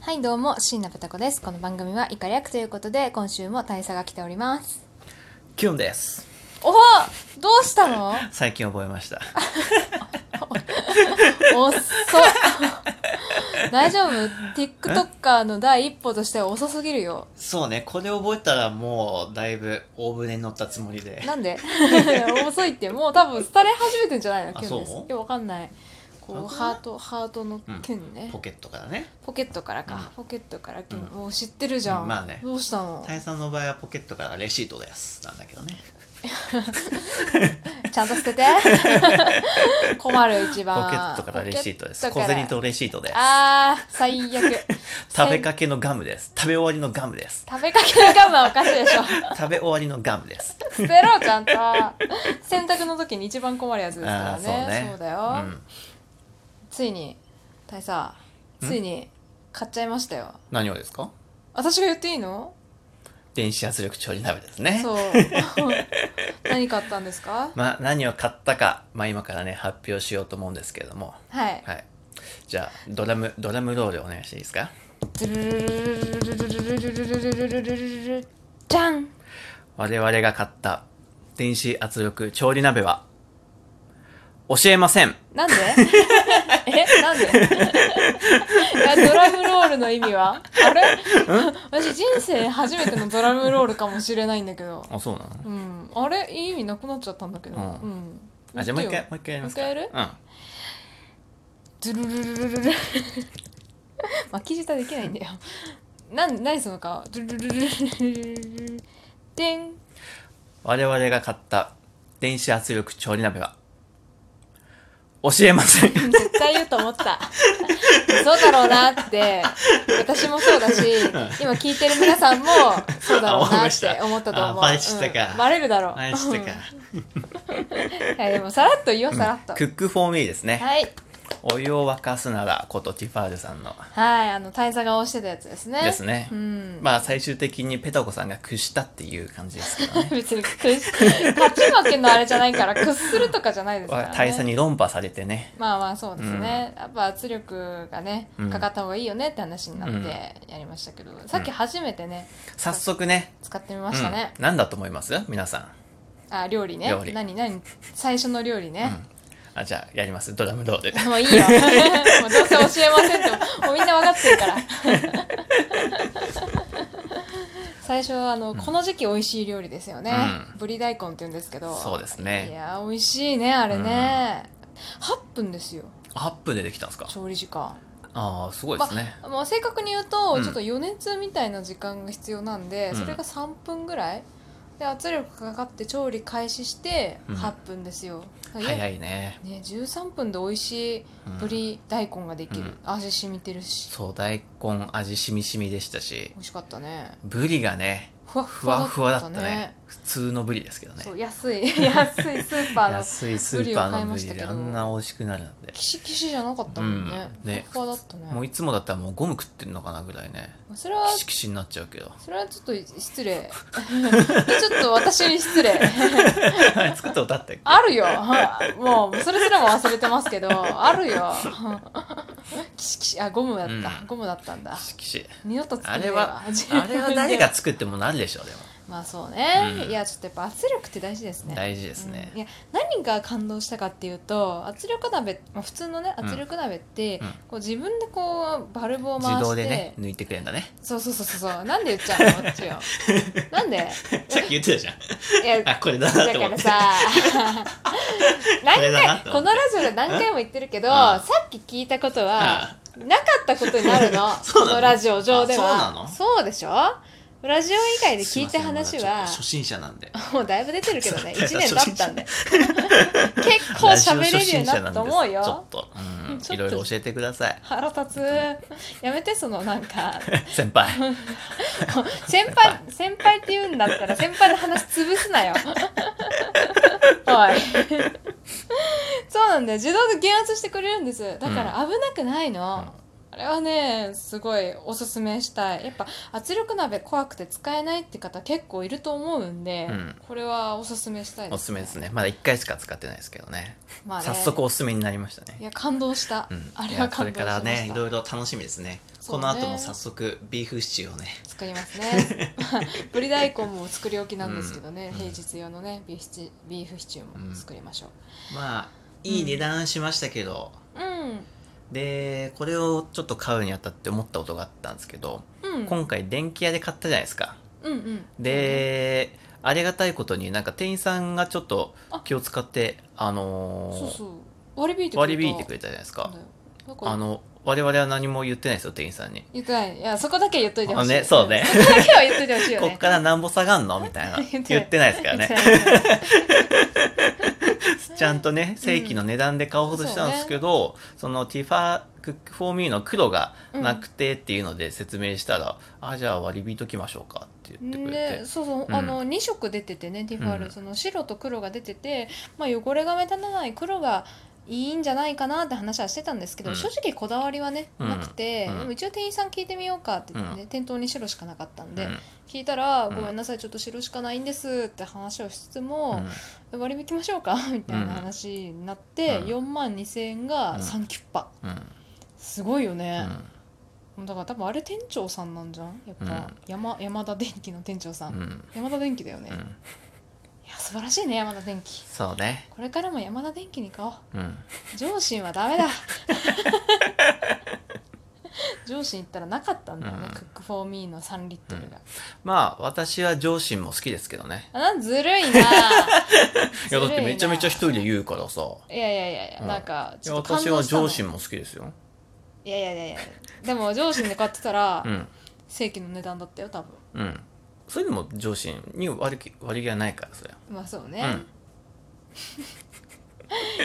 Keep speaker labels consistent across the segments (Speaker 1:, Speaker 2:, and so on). Speaker 1: はいどうも椎名ペタ子ですこの番組は「イカ略」ということで今週も大佐が来ております
Speaker 2: キュンです
Speaker 1: おおどうしたの
Speaker 2: 最近覚えました
Speaker 1: 遅っ大丈夫 TikToker の第一歩としては遅すぎるよ
Speaker 2: そうねこれ覚えたらもうだいぶ大船に乗ったつもりで
Speaker 1: なんで遅いってもう多分廃れ始めてんじゃないの
Speaker 2: あ
Speaker 1: キュンです
Speaker 2: そう
Speaker 1: いやわかんないこう
Speaker 2: あ
Speaker 1: ハートハートのキュンね、
Speaker 2: ポケットからね
Speaker 1: ポケットからか、
Speaker 2: うん
Speaker 1: ポケットからキュン、
Speaker 2: うん
Speaker 1: もう知ってるじゃん、
Speaker 2: うんまあね
Speaker 1: どうしたの
Speaker 2: 大佐の場合はポケットからレシートですなんだけどね
Speaker 1: ちゃんと捨 てて困る一
Speaker 2: ポケ
Speaker 1: 番
Speaker 2: ットからレシートです
Speaker 1: ポケッ
Speaker 2: 小
Speaker 1: トから
Speaker 2: 銭とレシートです
Speaker 1: あー最悪
Speaker 2: 食べかけのガムです食べ終わりのガムです
Speaker 1: 食べかけのガムはおかしいでしょ
Speaker 2: 食べ終わりのガムです
Speaker 1: 捨てろちゃんと洗濯の時に一番困るやつですから
Speaker 2: ああ
Speaker 1: ね
Speaker 2: ー
Speaker 1: そうだよ、
Speaker 2: うん、
Speaker 1: ついに大佐
Speaker 2: ん
Speaker 1: ついに買っちゃいましたよ
Speaker 2: 何をですか
Speaker 1: 私が言っていいの
Speaker 2: 電子圧力調理鍋ですね
Speaker 1: そう何買ったんですか
Speaker 2: まあ何を買ったかまあ今からね発表しようと思うんですけれども
Speaker 1: はい
Speaker 2: はいじゃあドラムドラムロールお願いしていいですか
Speaker 1: ドゥルルルルルルルルルルルルルルルルじゃん
Speaker 2: 我々が買った電子圧力調理鍋は、教えません。
Speaker 1: なんでえなんであドラムロールの意味はあれ私人生初めてのドラムロールかもしれないんだけど
Speaker 2: あ、そうなの
Speaker 1: うんあれいい意味なくなっちゃったんだけど
Speaker 2: う
Speaker 1: うんん
Speaker 2: あ、じゃあもう一回、もう一回やりますか。
Speaker 1: もう一回やる
Speaker 2: うん。
Speaker 1: ドゥルルルルルルル巻き舌できないんだよなん何その顔ドゥルルルルルルルルでん
Speaker 2: 我々が買った電子圧力調理鍋は、教えませ ん。
Speaker 1: 絶対言うと思った。そうだろうなって、私もそうだし、今聞いてる皆さんも、そうだろうなって思ったと思う。
Speaker 2: あバレちったか
Speaker 1: うんバレるだろう。
Speaker 2: は い、してか。
Speaker 1: うんはい、でもさらっと言おう、さらっと。
Speaker 2: クックフォーミーですね。
Speaker 1: はい。
Speaker 2: お湯を沸かすなら、ことティファールさんの。
Speaker 1: はい、あの、大佐が押してたやつですね。
Speaker 2: ですね
Speaker 1: うん。
Speaker 2: まあ、最終的にペタコさんが屈したっていう感じですけどね。
Speaker 1: 別に、くし勝ち負けのあれじゃないから、屈するとかじゃないですから、ね。
Speaker 2: 大佐に論破されてね。
Speaker 1: まあまあそうですね、やっぱ圧力がね
Speaker 2: うん
Speaker 1: かかった方がいいよねって話になっ
Speaker 2: うん
Speaker 1: てやりましたけど、さっき初めてね
Speaker 2: 早速ね。
Speaker 1: 使ってみましたね、
Speaker 2: うん、何だと思います皆さん。
Speaker 1: あ料理ね
Speaker 2: 料理
Speaker 1: 何何最初の料理ね、
Speaker 2: あ、じゃあ、やります。ドラムロール。
Speaker 1: もういいよ もうどうせ教えませんってもうみんな分かってるから 最初はあの、この時期美味しい料理ですよね、
Speaker 2: うん
Speaker 1: ぶり大根って言うんですけど
Speaker 2: そうです
Speaker 1: い
Speaker 2: ね。
Speaker 1: や美味しいねあれね、8分ですよ
Speaker 2: 8分でできたんですか
Speaker 1: 調理時間
Speaker 2: ああ、すごいですね。
Speaker 1: まあ、正確に言うと、
Speaker 2: うん
Speaker 1: ちょっと余熱みたいな時間が必要なんで、
Speaker 2: うん
Speaker 1: それが3分ぐらいで圧力かかって調理開始して
Speaker 2: うん
Speaker 1: 8分ですよ、だから
Speaker 2: 早いね。
Speaker 1: ね、13分で美味しい
Speaker 2: うん
Speaker 1: ぶり大根ができる、
Speaker 2: うん
Speaker 1: 味染みてるし
Speaker 2: そう、大根味しみしみでしたし
Speaker 1: 美、味しかったね
Speaker 2: ブリがね、
Speaker 1: ふわ
Speaker 2: ふ
Speaker 1: ふ
Speaker 2: わ
Speaker 1: わ
Speaker 2: ふわだったね。普通のブリですけどね
Speaker 1: そ。う安い 安いスーパーの
Speaker 2: 安いスーパーのブリ
Speaker 1: ブリを買いましたけ
Speaker 2: で
Speaker 1: ど
Speaker 2: あんな美味しくなるなんて。
Speaker 1: キシキシじゃなかったもんね、
Speaker 2: うんね
Speaker 1: ふわふわだったね
Speaker 2: もういつもだったらもうゴム食ってるのかなぐらいね。
Speaker 1: それは
Speaker 2: キシキシになっちゃうけど。
Speaker 1: それはちょっと失礼 ちょっと私に失礼
Speaker 2: はい作ったことあったっけ
Speaker 1: あるよ。もう、それすらも忘れてますけど、あるよ。 キシキシ、あ、ゴムだった。
Speaker 2: うん
Speaker 1: ゴムだったんだ
Speaker 2: キ。シキシ。
Speaker 1: 二度と作
Speaker 2: あ
Speaker 1: ねえ
Speaker 2: れ
Speaker 1: わ
Speaker 2: は、あれは誰が作ってもなるでしょう、でも。
Speaker 1: まあそうね、
Speaker 2: うん
Speaker 1: いや、ちょっとやっぱ圧力って大事 ですね。
Speaker 2: 大事ですね
Speaker 1: うんいや何が感動したかっていうと圧力鍋、まあ、普通のね
Speaker 2: うん
Speaker 1: 圧力鍋って、
Speaker 2: うん
Speaker 1: こう自分でこうバルブを回して
Speaker 2: 自動でね、抜いてくれんだね。
Speaker 1: そうそうそうそうそうなんで言っちゃうのこっちよなんで
Speaker 2: さっき言ってたじゃん。
Speaker 1: いや
Speaker 2: あ、これだな
Speaker 1: だ
Speaker 2: と
Speaker 1: か
Speaker 2: 思っ
Speaker 1: ら
Speaker 2: て。
Speaker 1: さ
Speaker 2: これだ
Speaker 1: 何
Speaker 2: な
Speaker 1: 回このラジオで何回も言ってるけど、
Speaker 2: うん
Speaker 1: さっき聞いたことはなかったことになるの
Speaker 2: そうなの
Speaker 1: このラジオ上で
Speaker 2: あそうな
Speaker 1: は
Speaker 2: の
Speaker 1: そうでしょラジオ以外で聞いた話
Speaker 2: すいませんま
Speaker 1: は
Speaker 2: だちょっと初心者なんで。
Speaker 1: もうだいぶ出てるけどね
Speaker 2: そう
Speaker 1: 1年経ったんで結構喋れるようになったと思う
Speaker 2: ラジオ初心者なんですちょ
Speaker 1: よ
Speaker 2: っと、うん
Speaker 1: ちょっと
Speaker 2: いろいろ教えてくだ さい。
Speaker 1: 腹立つやめてそのなんか
Speaker 2: 先輩。
Speaker 1: 先輩先輩って言うんだったら先輩の話潰す なよおいそうなんだよ自動で減圧してくれるんですだから危なくないの、あれはねすごいおすすめしたいやっぱ圧力鍋怖くて使えないって方結構いると思うんで、
Speaker 2: うん
Speaker 1: これはおすすめしたい
Speaker 2: おすすめですね。まだ一回しか使ってないですけどね。
Speaker 1: まあね
Speaker 2: 早速おすすめになりました
Speaker 1: い
Speaker 2: ね。
Speaker 1: や感動した、
Speaker 2: うん
Speaker 1: あれ
Speaker 2: いや
Speaker 1: は
Speaker 2: こ
Speaker 1: 感
Speaker 2: れ
Speaker 1: 動し
Speaker 2: か
Speaker 1: ました
Speaker 2: らね、いろいろ楽しみですね。
Speaker 1: そ
Speaker 2: こ
Speaker 1: うね
Speaker 2: の後も早速ビーフシチューをね
Speaker 1: 作りますね ぶり大根も作り置きなんですけどね、
Speaker 2: うん
Speaker 1: 平日用のねビーフシチュービーフシチューも作りましょう
Speaker 2: まあいい値段しましたけど、
Speaker 1: うん
Speaker 2: でこれをちょっと買うにあたって思ったことがあったんですけど、
Speaker 1: うん
Speaker 2: 今回電気屋で買ったじゃないですか
Speaker 1: うんうん
Speaker 2: で、ありがたいことになんか店員さんがちょっと
Speaker 1: あ
Speaker 2: 気を使ってあのー
Speaker 1: そうそう割り引いて
Speaker 2: 割り引いてく
Speaker 1: れ
Speaker 2: れたじゃないです
Speaker 1: た
Speaker 2: か
Speaker 1: んだよなんか
Speaker 2: あの我々は何も言ってないですよ店員さんに、
Speaker 1: 言ってないいやそこだけは言っといてほしい
Speaker 2: あねそうね
Speaker 1: そこだけは言っといてほしいよね
Speaker 2: こっからなんぼ下がんのみたいな
Speaker 1: 言ってない
Speaker 2: 言ってないですからねちゃんとね正規の値段で買おうとしたんですけど、そのティファクックフォーミーの黒が なくてっていうので説明したら、あじゃあ割り引いときましょうかって言ってくれて、
Speaker 1: ね、そうそう、
Speaker 2: うん
Speaker 1: あの2色出ててねティファール、
Speaker 2: うん
Speaker 1: その白と黒が出てて、まあ、汚れが目立たない黒がいいんじゃないかなって話はしてたんですけど、
Speaker 2: うん
Speaker 1: 正直こだわりはね、
Speaker 2: うん
Speaker 1: なくて、
Speaker 2: うん
Speaker 1: でも一応店員さん聞いてみようかって言ってね、
Speaker 2: う
Speaker 1: 店頭に白しかなかったんで、
Speaker 2: うん
Speaker 1: 聞いたら、
Speaker 2: うん
Speaker 1: ごめんなさいちょっと白しかないんですって話をしつつも、
Speaker 2: うん
Speaker 1: 割り引きましょうかみたいな話になって、
Speaker 2: うん
Speaker 1: 4万2000円が3キュッパ、
Speaker 2: うん
Speaker 1: すごいよ
Speaker 2: う
Speaker 1: ね、
Speaker 2: ん
Speaker 1: だから多分あれ店長さんなんじゃんやっぱ、
Speaker 2: うん
Speaker 1: 山山田電機の店長さん、
Speaker 2: うん
Speaker 1: 山田電機だよね、
Speaker 2: う
Speaker 1: い
Speaker 2: ん
Speaker 1: や素晴らしいね山田電機
Speaker 2: そうね
Speaker 1: これからも山田電機に買おう
Speaker 2: うん
Speaker 1: 上信はダ メだ上信行ったらなかったんだよね、
Speaker 2: うん
Speaker 1: クックフォーミーの3リットルが、
Speaker 2: まあ私は上司も好きですけどね
Speaker 1: あなずる いない
Speaker 2: いやだってめちゃめちゃ一人で言うからさ
Speaker 1: いやいやいやいや、
Speaker 2: うん
Speaker 1: なんか
Speaker 2: い
Speaker 1: ち
Speaker 2: や
Speaker 1: ょっと感
Speaker 2: 私
Speaker 1: 動
Speaker 2: は
Speaker 1: したの
Speaker 2: 上司も好きですよ
Speaker 1: いやいやいやいやでも上信で買ってたら、
Speaker 2: うん
Speaker 1: 正規の値段だったよ多分
Speaker 2: うんそれでも上司に割り割りがないからそれ
Speaker 1: まあそうね、
Speaker 2: うん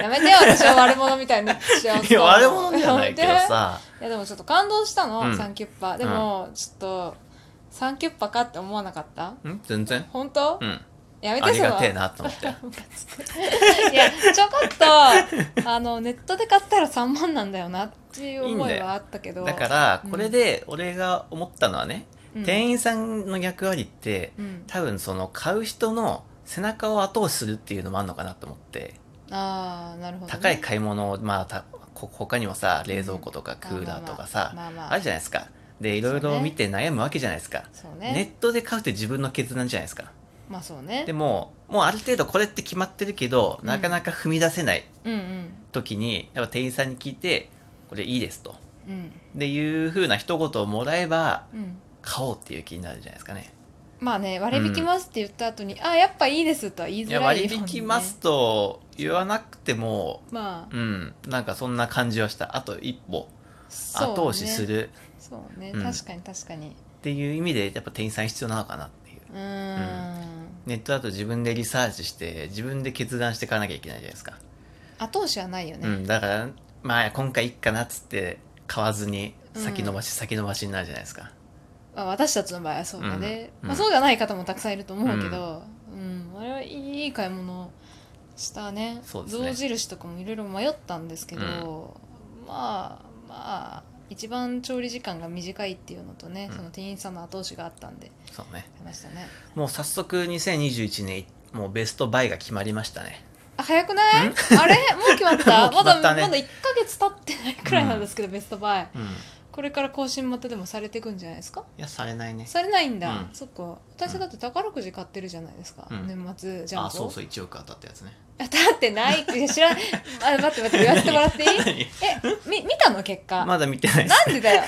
Speaker 1: やめてよ私は悪者みたいになってしまう
Speaker 2: いや悪者じゃないけど さ
Speaker 1: いやでもちょっと感動したの、
Speaker 2: うん
Speaker 1: サンキュッパでも、ちょっとサンキュッパかって思わなかった
Speaker 2: うん全然
Speaker 1: 本当、
Speaker 2: うん
Speaker 1: やめ
Speaker 2: あ
Speaker 1: て
Speaker 2: り
Speaker 1: その
Speaker 2: がてえなと思って
Speaker 1: いやちょこっとあのネットで買ったら3万なんだよなっていう思
Speaker 2: いいん
Speaker 1: い
Speaker 2: だよ
Speaker 1: はあったけど
Speaker 2: だから
Speaker 1: うん
Speaker 2: これで俺が思ったのはね、
Speaker 1: うん
Speaker 2: 店員さんの役割って
Speaker 1: うん
Speaker 2: 多分その買う人の背中を後押しするっていうのもあるのかなと思って
Speaker 1: ああなるほどね、
Speaker 2: 高い買い物をまあたこ他にもさ冷蔵庫とかクーラーとかさ
Speaker 1: まあまあまあまあ
Speaker 2: あるじゃないですかでいろい
Speaker 1: そう
Speaker 2: ろ
Speaker 1: ね
Speaker 2: 見て悩むわけじゃないですか、
Speaker 1: そうね
Speaker 2: ネットで買うって自分の決断じゃないですか
Speaker 1: まあそうね
Speaker 2: でももうある程度これって決まってるけど、
Speaker 1: うん
Speaker 2: なかなか踏み出せない
Speaker 1: うんうん
Speaker 2: 時にやっぱ店員さんに聞いてこれいいですと
Speaker 1: うん
Speaker 2: でいうふうな一言をもらえば
Speaker 1: うん
Speaker 2: 買おうっていう気になるじゃないですかね
Speaker 1: まあね割り引きますって言った後に、あやっぱいいですとは言い
Speaker 2: い
Speaker 1: づ
Speaker 2: や
Speaker 1: らい
Speaker 2: 割
Speaker 1: よね
Speaker 2: 引きますと言わなくても
Speaker 1: まあ
Speaker 2: うんなんかそんな感じはしたあと一歩
Speaker 1: そうね
Speaker 2: 後押しする
Speaker 1: そうね、
Speaker 2: うん
Speaker 1: 確かに確かに
Speaker 2: っていう意味でやっぱ店員さん必要なのかなっていう
Speaker 1: うーん
Speaker 2: ネットだと自分でリサーチして自分で決断して買わなきゃいけないじゃないですか、
Speaker 1: 後押しはないよね、
Speaker 2: うんだからまあ今回いっかなっつって買わずに
Speaker 1: うん
Speaker 2: 先延ばし、先延ばしになるじゃないですか
Speaker 1: まあ、私たちの場合はそうだね、
Speaker 2: うん
Speaker 1: まあ、そうじゃない方もたくさんいると思うけど、うんあれはいい買い物したね
Speaker 2: そうですね
Speaker 1: 象印とかもいろいろ迷ったんですけど、まあまあ一番調理時間が短いっていうのとね、
Speaker 2: うん
Speaker 1: その店員さんの後押しがあったんで
Speaker 2: そうね
Speaker 1: 買いましたね
Speaker 2: もう早速2021年もうベストバイが決まりましたね
Speaker 1: あ早くないあれもう決まった
Speaker 2: もう決ま
Speaker 1: ま
Speaker 2: った
Speaker 1: だ
Speaker 2: ね
Speaker 1: まだ1ヶ月経ってないくらいなんですけど、ベストバイ
Speaker 2: うんい
Speaker 1: これから更新またでもされていくんじゃないですか
Speaker 2: やされないね
Speaker 1: されないんだ、
Speaker 2: うん
Speaker 1: そっか私だって宝くじ買ってるじゃないですか、
Speaker 2: うん
Speaker 1: 年末ジャンプ
Speaker 2: あそうそう1億当たったやつね
Speaker 1: だってないいや知らんあ待って待って言わせてもら っていいえみ見たの結果、
Speaker 2: まだ見てな い
Speaker 1: なんでだ よ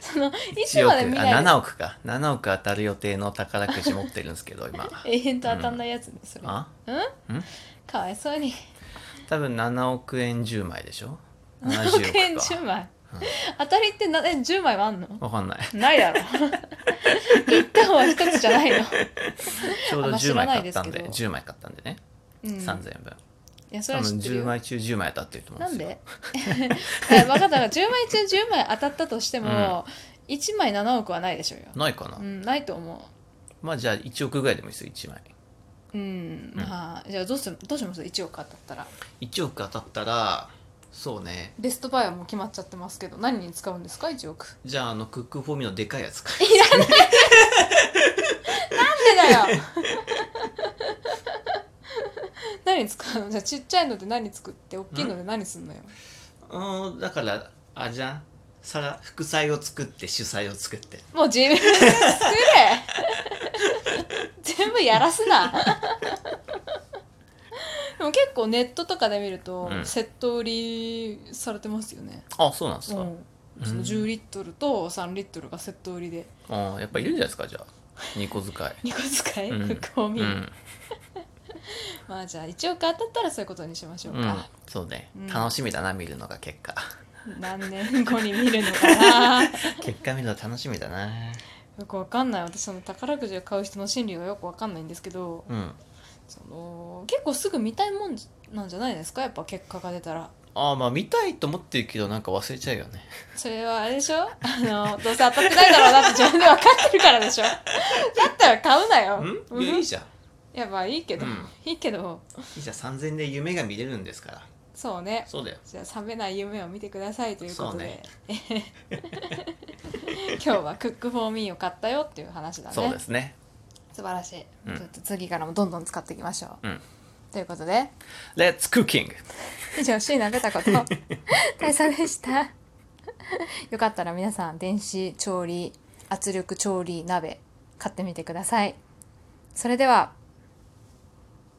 Speaker 1: そのいつ
Speaker 2: 1
Speaker 1: ま
Speaker 2: 億あ
Speaker 1: で見ない
Speaker 2: 7億か7億当たる予定の宝くじ持ってるんですけど 今
Speaker 1: 永遠と当たんないやつね、それ
Speaker 2: あ
Speaker 1: うん
Speaker 2: ん
Speaker 1: かわいそうに
Speaker 2: 多分7億円10枚でしょ
Speaker 1: 7億円
Speaker 2: 70
Speaker 1: 10枚、
Speaker 2: うん
Speaker 1: 当たりってなえ10枚はあんの
Speaker 2: かわかん ない
Speaker 1: ないだ ろ一旦は一つじゃないの、
Speaker 2: ちょう
Speaker 1: あ
Speaker 2: ど
Speaker 1: んま
Speaker 2: 10
Speaker 1: 知ら
Speaker 2: 枚
Speaker 1: な
Speaker 2: 買
Speaker 1: い
Speaker 2: っ
Speaker 1: で
Speaker 2: た
Speaker 1: す
Speaker 2: ん
Speaker 1: けど
Speaker 2: で10枚買ったんでね、
Speaker 1: うん、い
Speaker 2: 3000円分
Speaker 1: やそれ
Speaker 2: 多
Speaker 1: は知
Speaker 2: 分
Speaker 1: ってる
Speaker 2: 10
Speaker 1: よ
Speaker 2: 枚中10枚当たってると思
Speaker 1: な
Speaker 2: うん
Speaker 1: ん
Speaker 2: ですよ
Speaker 1: で分 かった分かった10枚中10枚当たったとしても、1枚7億はないでしょうよ、
Speaker 2: ないかな、
Speaker 1: うん、ないと思
Speaker 2: まあじゃあ1億ぐらいでもいいですよ1枚
Speaker 1: ううんまあじゃあどうすどうします1億当たったら
Speaker 2: 1億当たったらそうね
Speaker 1: ベストバイはもう決まっちゃってますけど何に使うんですか1億
Speaker 2: じゃああのクックフォーミーのでかいやつか
Speaker 1: なんでだよ 何に使うのじ ゃあちっちゃいので何作って大きいので何すんのよ、
Speaker 2: うーんだからあれじゃんさら副菜を作って主菜を作って
Speaker 1: もう自分で作れ 全部やらす なでも結構ネットとかで見ると
Speaker 2: うん
Speaker 1: セット売りされてますよね、
Speaker 2: あそうなんですか、
Speaker 1: うんその10リットルと3リットルがセット売り で
Speaker 2: ああやっぱいるんじゃないですかじゃあ2個使い
Speaker 1: 2個使い、
Speaker 2: うん
Speaker 1: クックオミ、
Speaker 2: うん、
Speaker 1: まあじゃあ一応当たったらそういうことにしましょう
Speaker 2: うん
Speaker 1: か、、
Speaker 2: そうね、
Speaker 1: うん
Speaker 2: 楽しみだな見るのが結果
Speaker 1: 何年後に見るのかな
Speaker 2: 結果見るの楽しみだな
Speaker 1: よくわかんない私その宝くじを買う人の心理がよくわかんないんですけど
Speaker 2: うん
Speaker 1: その結構すぐ見たいもんなんじゃないですかやっぱ結果が出たら
Speaker 2: ああまあ見たいと思ってるけどなんか忘れちゃうよね
Speaker 1: それはあれでしょあのどうせ当たってないだろうなって自分でわかってるからでしょだ ったら買うなよ
Speaker 2: うん
Speaker 1: うん
Speaker 2: いやいいじゃん
Speaker 1: やっぱいいけど、
Speaker 2: うん
Speaker 1: いいけど
Speaker 2: いいじゃん3000円で夢が見れるんですから
Speaker 1: そうね
Speaker 2: そうだよ
Speaker 1: じゃあ冷めない夢を見てくださいということで、
Speaker 2: そうね
Speaker 1: 今日はクックフォーミーを買ったよっていう話だね
Speaker 2: そうですね
Speaker 1: 素晴らしい、
Speaker 2: うん
Speaker 1: ちょっと次からもどんどん使っていきましょう、
Speaker 2: うん
Speaker 1: ということで
Speaker 2: Let's cooking
Speaker 1: 以上椎名たこと大佐でしたよかったら皆さん電子調理圧力調理鍋買ってみてくださいそれでは